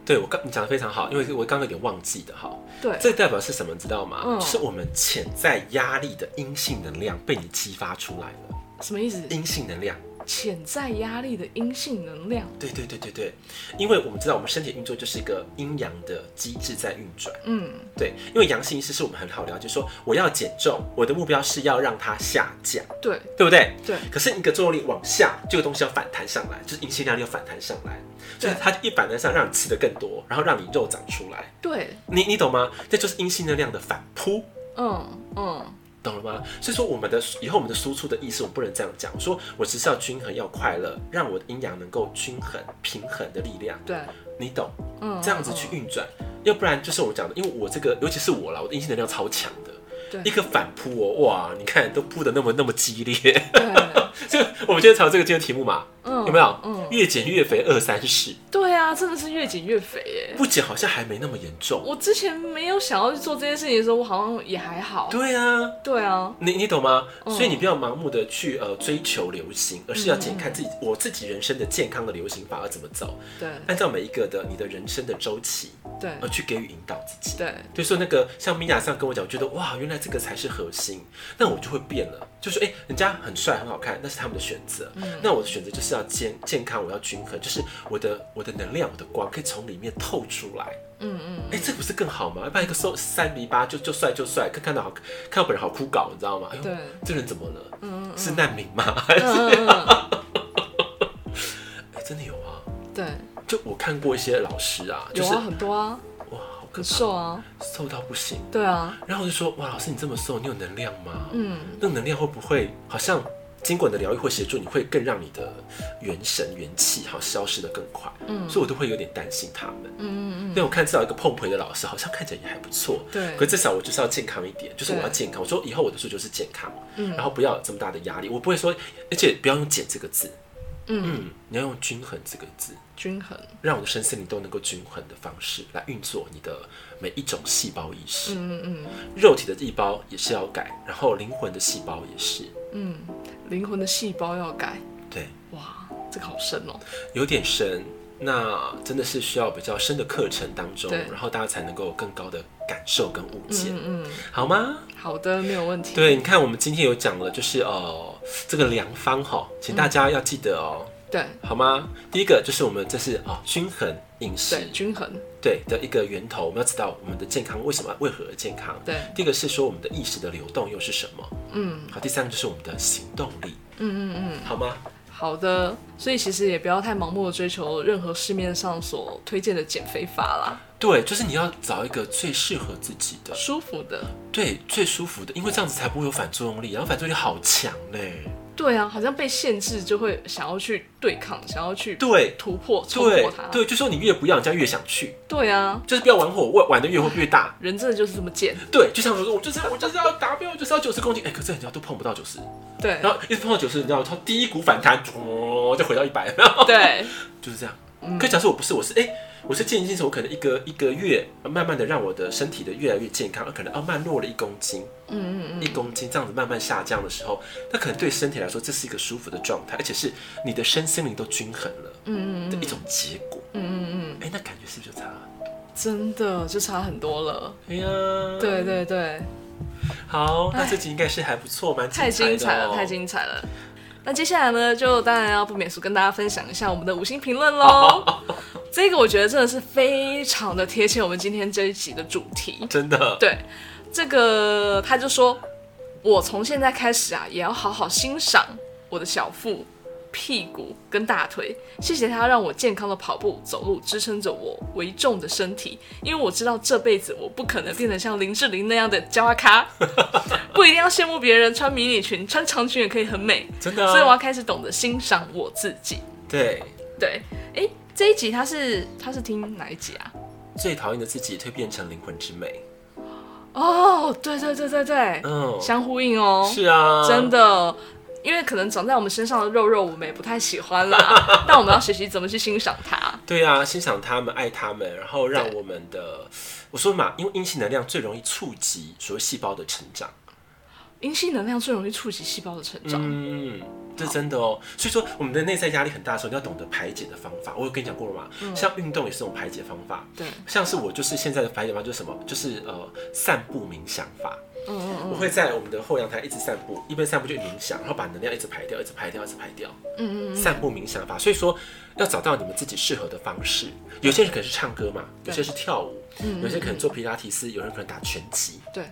[SPEAKER 1] 对我刚你讲的非常好，因为我刚刚有点忘记的哈。
[SPEAKER 2] 对，
[SPEAKER 1] 这代表是什么？你知道吗？
[SPEAKER 2] 嗯
[SPEAKER 1] 就是我们潜在压力的阴性能量被你激发出来了。
[SPEAKER 2] 什么意思？
[SPEAKER 1] 阴性能量，
[SPEAKER 2] 潜在压力的阴性能量。
[SPEAKER 1] 对对对对对，因为我们知道我们身体运作就是一个阴阳的机制在运转。
[SPEAKER 2] 嗯，
[SPEAKER 1] 对，因为阳性意识是我们很好了解，说我要减重，我的目标是要让它下降，
[SPEAKER 2] 对
[SPEAKER 1] 对不对？
[SPEAKER 2] 对
[SPEAKER 1] 可是你的作用力往下，这个东西要反弹上来，就是阴性能量要反弹上来，所以
[SPEAKER 2] 对
[SPEAKER 1] 它一反弹上，让你吃的更多，然后让你肉长出来。
[SPEAKER 2] 对，
[SPEAKER 1] 你你懂吗？这就是阴性能量的反扑。
[SPEAKER 2] 嗯嗯，
[SPEAKER 1] 懂了吗？所以说，我们的以后我们的输出的意识，我们不能这样讲，说我只是要均衡，要快乐，让我的阴阳能够均衡、平衡的力量，
[SPEAKER 2] 对，
[SPEAKER 1] 你懂？
[SPEAKER 2] 嗯，
[SPEAKER 1] 这样子去运转，要不然就是我讲的，因为我这个，尤其是我啦，我的阴性能量超强的，
[SPEAKER 2] 对
[SPEAKER 1] 一个反扑哦，哇，你看都扑的那么那么激烈，
[SPEAKER 2] 嗯
[SPEAKER 1] 就
[SPEAKER 2] 对，
[SPEAKER 1] 我们今天讨论这个今天的题目嘛，
[SPEAKER 2] 嗯
[SPEAKER 1] 有没有？
[SPEAKER 2] 嗯，
[SPEAKER 1] 越减越肥二三十，
[SPEAKER 2] 对啊，真的是越减越肥耶。
[SPEAKER 1] 不减好像还没那么严重。
[SPEAKER 2] 我之前没有想要去做这件事情的时候，我好像也还好。
[SPEAKER 1] 对啊，
[SPEAKER 2] 对啊，
[SPEAKER 1] 你你懂吗？
[SPEAKER 2] 嗯
[SPEAKER 1] 所以你不要盲目的去呃追求流行，而是要检看自
[SPEAKER 2] 嗯
[SPEAKER 1] 己我自己人生的健康的流行法要怎么走，
[SPEAKER 2] 对
[SPEAKER 1] 按照每一个的你的人生的周期，
[SPEAKER 2] 对
[SPEAKER 1] 而去给予引导自己。
[SPEAKER 2] 对，
[SPEAKER 1] 对，所以那个像米娅这样跟我讲，我觉得哇，原来这个才是核心，那我就会变了，就是哎、诶人家很帅很好看，那是他们的选择，
[SPEAKER 2] 嗯
[SPEAKER 1] 那我的选择就是要健健康，我要均衡，就是我的我的能量，我的光可以从里面透出来，
[SPEAKER 2] 嗯嗯，
[SPEAKER 1] 哎、这不是更好吗？要不然一个瘦三米八就就帅就帅，看看到好看到本人好枯槁，你知道吗？哎呦
[SPEAKER 2] 对，
[SPEAKER 1] 这人怎么了？是难民吗？还是、
[SPEAKER 2] 嗯嗯嗯，
[SPEAKER 1] 哎真的有啊？
[SPEAKER 2] 对，
[SPEAKER 1] 就我看过一些老师啊，就
[SPEAKER 2] 有
[SPEAKER 1] 是、
[SPEAKER 2] 啊，很多啊，
[SPEAKER 1] 哇，好可
[SPEAKER 2] 很
[SPEAKER 1] 怕，
[SPEAKER 2] 瘦啊，
[SPEAKER 1] 瘦到不行。
[SPEAKER 2] 对啊，
[SPEAKER 1] 然后我就说，哇，老师你这么瘦，你有能量吗？
[SPEAKER 2] 嗯，
[SPEAKER 1] 那能量会不会好像经过你的疗愈或协助，你会更让你的元神元气好消失的更快？嗯，所以我都会有点担心他们。
[SPEAKER 2] 嗯嗯
[SPEAKER 1] 但我看至少一个碰培的老师，好像看起来也还不错。
[SPEAKER 2] 对
[SPEAKER 1] 可至少我就是要健康一点，就是我
[SPEAKER 2] 对
[SPEAKER 1] 要健康。我说以后我的诉求是健康，
[SPEAKER 2] 嗯
[SPEAKER 1] 然后不要有这么大的压力。我不会说，而且不要用“减”这个字，
[SPEAKER 2] 嗯嗯，
[SPEAKER 1] 嗯，你要用“均衡”这个字，
[SPEAKER 2] 均衡，
[SPEAKER 1] 让我的身心灵都能够均衡的方式来运作你的每一种细胞意识。
[SPEAKER 2] 嗯嗯
[SPEAKER 1] 肉体的细胞也是要改，然后灵魂的细胞也是。
[SPEAKER 2] 嗯，灵魂的细胞要改，
[SPEAKER 1] 对，
[SPEAKER 2] 哇，这个好深哦，
[SPEAKER 1] 有点深，那真的是需要比较深的课程当中，
[SPEAKER 2] 对
[SPEAKER 1] 然后大家才能够有更高的感受跟悟见，
[SPEAKER 2] 嗯嗯，
[SPEAKER 1] 好吗？
[SPEAKER 2] 好的，没有问题，
[SPEAKER 1] 对，你看我们今天有讲了，就是呃这个良方哈，请大家要记得哦，
[SPEAKER 2] 对
[SPEAKER 1] 好吗？第一个就是我们这是啊、均衡饮食
[SPEAKER 2] 对，均衡，
[SPEAKER 1] 对的一个源头，我们要知道我们的健康为什么为何而健康。
[SPEAKER 2] 对
[SPEAKER 1] 第一个是说我们的意识的流动又是什么？
[SPEAKER 2] 嗯
[SPEAKER 1] 好，第三个就是我们的行动力，
[SPEAKER 2] 嗯嗯嗯，
[SPEAKER 1] 好吗？
[SPEAKER 2] 好的，所以其实也不要太盲目的追求任何市面上所推荐的减肥法啦，
[SPEAKER 1] 对，就是你要找一个最适合自己的，
[SPEAKER 2] 舒服的。
[SPEAKER 1] 对，最舒服的，因为这样子才不会有反作用力，然后反作用力好强嘞。
[SPEAKER 2] 对啊，好像被限制就会想要去对抗，想要去
[SPEAKER 1] 对
[SPEAKER 2] 突破、冲
[SPEAKER 1] 对
[SPEAKER 2] 破它。
[SPEAKER 1] 对，就说你越不要，人家越想去，
[SPEAKER 2] 对啊，
[SPEAKER 1] 就是不要玩火，玩玩的越会越大。
[SPEAKER 2] 人真的就是这么贱。
[SPEAKER 1] 对，就像我说，我就是要我就是要达标，我就是要九十公斤，哎、可是人家都碰不到九十，
[SPEAKER 2] 对
[SPEAKER 1] 然后一直碰到九十，你知道，他第一股反弹，咚就回到一百，然后
[SPEAKER 2] 对，
[SPEAKER 1] 就是这样。
[SPEAKER 2] 嗯
[SPEAKER 1] 可假设我不是，我是哎、我是渐进式，我可能一个一个月，慢慢的让我的身体的越来越健康，可能要慢落了一公斤，
[SPEAKER 2] 嗯嗯嗯，
[SPEAKER 1] 一公斤这样子慢慢下降的时候，那可能对身体来说这是一个舒服的状态，而且是你的身心灵都均衡了，嗯嗯的一种结果，嗯嗯嗯，哎、那感觉是不是就差了？
[SPEAKER 2] 真的就差很多了。
[SPEAKER 1] 哎呀，
[SPEAKER 2] 对，对对，
[SPEAKER 1] 好，那这集应该是还不错，蛮
[SPEAKER 2] 太精彩哦了，太精彩了。那接下来呢，就当然要不免俗跟大家分享一下我们的五星评论喽。 这个我觉得真的是非常的贴切我们今天这一集的主题。
[SPEAKER 1] 真的，
[SPEAKER 2] 对，这个他就说，我从现在开始啊，也要好好欣赏我的小腹、屁股跟大腿。谢谢他让我健康的跑步、走路，支撑着我为重的身体。因为我知道这辈子我不可能变成像林志玲那样的娇阿咖， 不一定要羡慕别人穿迷你裙，穿长裙也可以很美。
[SPEAKER 1] 真的啊、
[SPEAKER 2] 所以我要开始懂得欣赏我自己。
[SPEAKER 1] 对
[SPEAKER 2] 对，哎、这一集他是他是听哪一集啊？
[SPEAKER 1] 最讨厌的自己蜕变成灵魂之美，
[SPEAKER 2] 哦，对对对对对，
[SPEAKER 1] 嗯，
[SPEAKER 2] 相呼应哦。
[SPEAKER 1] 是啊，
[SPEAKER 2] 真的，因为可能长在我们身上的肉肉，我们也不太喜欢 啦。但我们要学习怎么去欣赏它。
[SPEAKER 1] 对啊，欣赏他们，爱他们，然后让
[SPEAKER 2] 对
[SPEAKER 1] 我们的，我说嘛，因为阴性能量最容易触及所谓细胞的成长，
[SPEAKER 2] 阴性能量最容易触及细胞的成长。
[SPEAKER 1] 嗯，这真的哦。所以说，我们的内在压力很大的时候，你要懂得排解的方法。我有跟你讲过了嘛，像运动也是这种排解方法。
[SPEAKER 2] 对，
[SPEAKER 1] 像是我就是现在的排解方法就是什么，就是呃散步冥想法。
[SPEAKER 2] 嗯嗯
[SPEAKER 1] 我会在我们的后阳台一直散步，一边散步就冥想，然后把能量一直排掉，一直排掉，一直排掉。
[SPEAKER 2] 嗯嗯
[SPEAKER 1] 散步冥想法，所以说要找到你们自己适合的方式。有些人可能是唱歌嘛，有些是跳舞，有些可能做皮拉提斯，有人可能打拳击，
[SPEAKER 2] 嗯，对，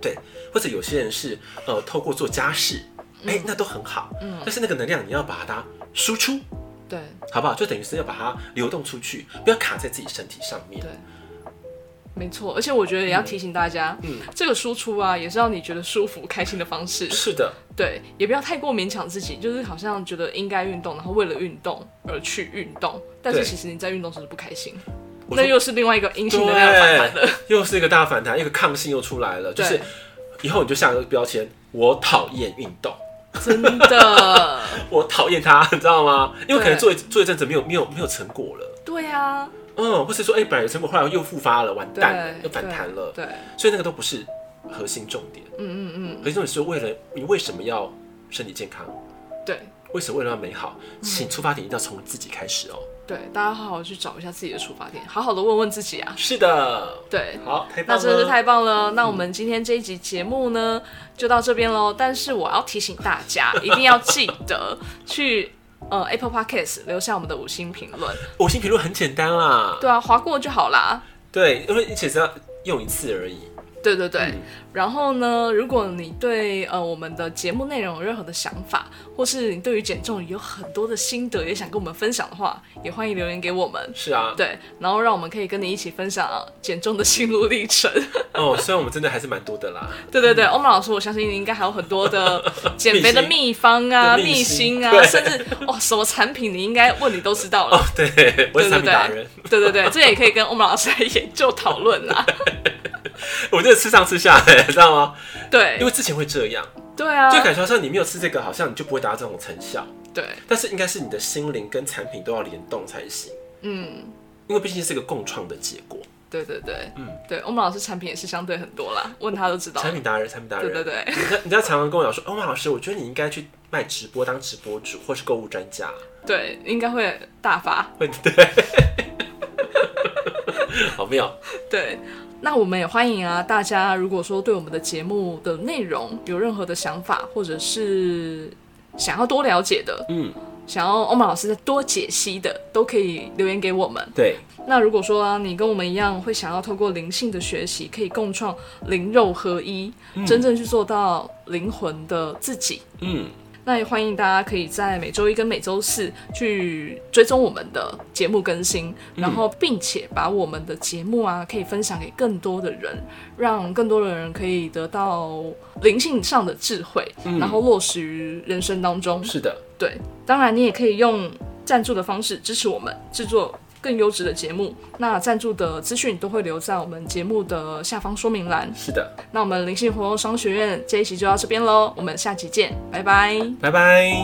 [SPEAKER 1] 对，或者有些人是呃透过做家事，哎、那都很好。嗯，但是那个能量你要把它输出，
[SPEAKER 2] 对，
[SPEAKER 1] 好不好？就等于是要把它流动出去，不要卡在自己身体上面
[SPEAKER 2] 对。没错。而且我觉得也要提醒大家，嗯，这个输出啊，也是让你觉得舒服、开心的方式。
[SPEAKER 1] 是的，
[SPEAKER 2] 对，也不要太过勉强自己，就是好像觉得应该运动，然后为了运动而去运动，但是
[SPEAKER 1] 对
[SPEAKER 2] 其实你在运动时候不开心，
[SPEAKER 1] 我
[SPEAKER 2] 那
[SPEAKER 1] 说
[SPEAKER 2] 又是另外一个阴性能量反弹
[SPEAKER 1] 对
[SPEAKER 2] 了。，
[SPEAKER 1] 又是一个大反弹，一个抗性又出来了，就是
[SPEAKER 2] 对
[SPEAKER 1] 以后你就下一个标签，我讨厌运动。
[SPEAKER 2] 真的，
[SPEAKER 1] 我讨厌他， 你知道吗？因为可能
[SPEAKER 2] 对
[SPEAKER 1] 做一做一阵子没有没有没有成果了，
[SPEAKER 2] 对啊，
[SPEAKER 1] 嗯，或是说哎、本来有成果，后来又复发了，完
[SPEAKER 2] 对
[SPEAKER 1] 蛋了，又反弹了，
[SPEAKER 2] 对，对
[SPEAKER 1] 所以那个都不是核心重点，
[SPEAKER 2] 嗯嗯
[SPEAKER 1] 核心重点是为了你为什么要身体健康，
[SPEAKER 2] 嗯，对
[SPEAKER 1] 为什么为了要美好，
[SPEAKER 2] 嗯
[SPEAKER 1] 请出发点一定要从自己开始哦。
[SPEAKER 2] 对，大家好好去找一下自己的出发点，好好的问问自己啊。
[SPEAKER 1] 是的，
[SPEAKER 2] 对，
[SPEAKER 1] 好，嗯太棒
[SPEAKER 2] 那
[SPEAKER 1] 了，
[SPEAKER 2] 真的是太棒了。那我们今天这一集节目呢，就到这边喽。但是我要提醒大家，一定要记得去。呃，Apple Podcast 留下我们的五星评论，
[SPEAKER 1] 五星评论很简单啦，
[SPEAKER 2] 对啊，划过就好啦。
[SPEAKER 1] 对，因为你只是要用一次而已，
[SPEAKER 2] 对对对，
[SPEAKER 1] 嗯
[SPEAKER 2] 然后呢，如果你对呃我们的节目内容有任何的想法，或是你对于减重有很多的心得也想跟我们分享的话，也欢迎留言给我们。
[SPEAKER 1] 是啊，
[SPEAKER 2] 对，然后让我们可以跟你一起分享减重的心路历程。
[SPEAKER 1] 哦，虽然我们真的还是蛮多的啦，
[SPEAKER 2] 对对对，欧曼老师，我相信你应该还有很多的 减肥的秘方啊、
[SPEAKER 1] 秘
[SPEAKER 2] 秘
[SPEAKER 1] 辛
[SPEAKER 2] 辛啊，
[SPEAKER 1] 对
[SPEAKER 2] 甚至哦什么产品你应该问你都知道
[SPEAKER 1] 哦
[SPEAKER 2] 了。，
[SPEAKER 1] 对，我是产
[SPEAKER 2] 对对
[SPEAKER 1] 品达
[SPEAKER 2] 对
[SPEAKER 1] 人，，
[SPEAKER 2] 对对对，这也可以跟欧曼老师来研究讨论啊啦。
[SPEAKER 1] 我真的吃上吃下来，知道吗？
[SPEAKER 2] 对
[SPEAKER 1] 因，为之前会这样。
[SPEAKER 2] 对啊，
[SPEAKER 1] 就感觉好像你没有吃这个，好像你就不会达到这种成效。
[SPEAKER 2] 对，
[SPEAKER 1] 但是应该是你的心灵跟产品都要联动才行，
[SPEAKER 2] 嗯。
[SPEAKER 1] 因为毕竟是个共创的结果。
[SPEAKER 2] 对对对，
[SPEAKER 1] 嗯
[SPEAKER 2] 嗯，对，欧盟老师产品也是相对很多啦，问他都知道。
[SPEAKER 1] 产品达人，产品达
[SPEAKER 2] 对
[SPEAKER 1] 人，
[SPEAKER 2] 对对，
[SPEAKER 1] 人家人家常常跟我讲说，欧哦曼老师，我觉得你应该去卖直播，当直播主或是购物专家，
[SPEAKER 2] 对，应该会大发。
[SPEAKER 1] 会 对。好妙，
[SPEAKER 2] 对，那我们也欢迎啊，大家如果说对我们的节目的内容有任何的想法，或者是想要多了解的，
[SPEAKER 1] 嗯，
[SPEAKER 2] 想要欧盟老师再多解析的，都可以留言给我们。
[SPEAKER 1] 对，
[SPEAKER 2] 那如果说啊，你跟我们一样会想要透过灵性的学习，可以共创灵肉合一，真正去做到灵魂的自己。
[SPEAKER 1] 嗯，
[SPEAKER 2] 那也欢迎大家可以在每周一跟每周四去追踪我们的节目更新，然后并且把我们的节目啊可以分享给更多的人，让更多的人可以得到灵性上的智慧，然后落实于人生当中。
[SPEAKER 1] 是的，
[SPEAKER 2] 对，当然你也可以用赞助的方式支持我们制作更优质的节目。那赞助的资讯都会留在我们节目的下方说明栏。
[SPEAKER 1] 是的，
[SPEAKER 2] 那我们灵性活动商学院这一期就到这边喽，我们下期见，拜拜。
[SPEAKER 1] 拜拜。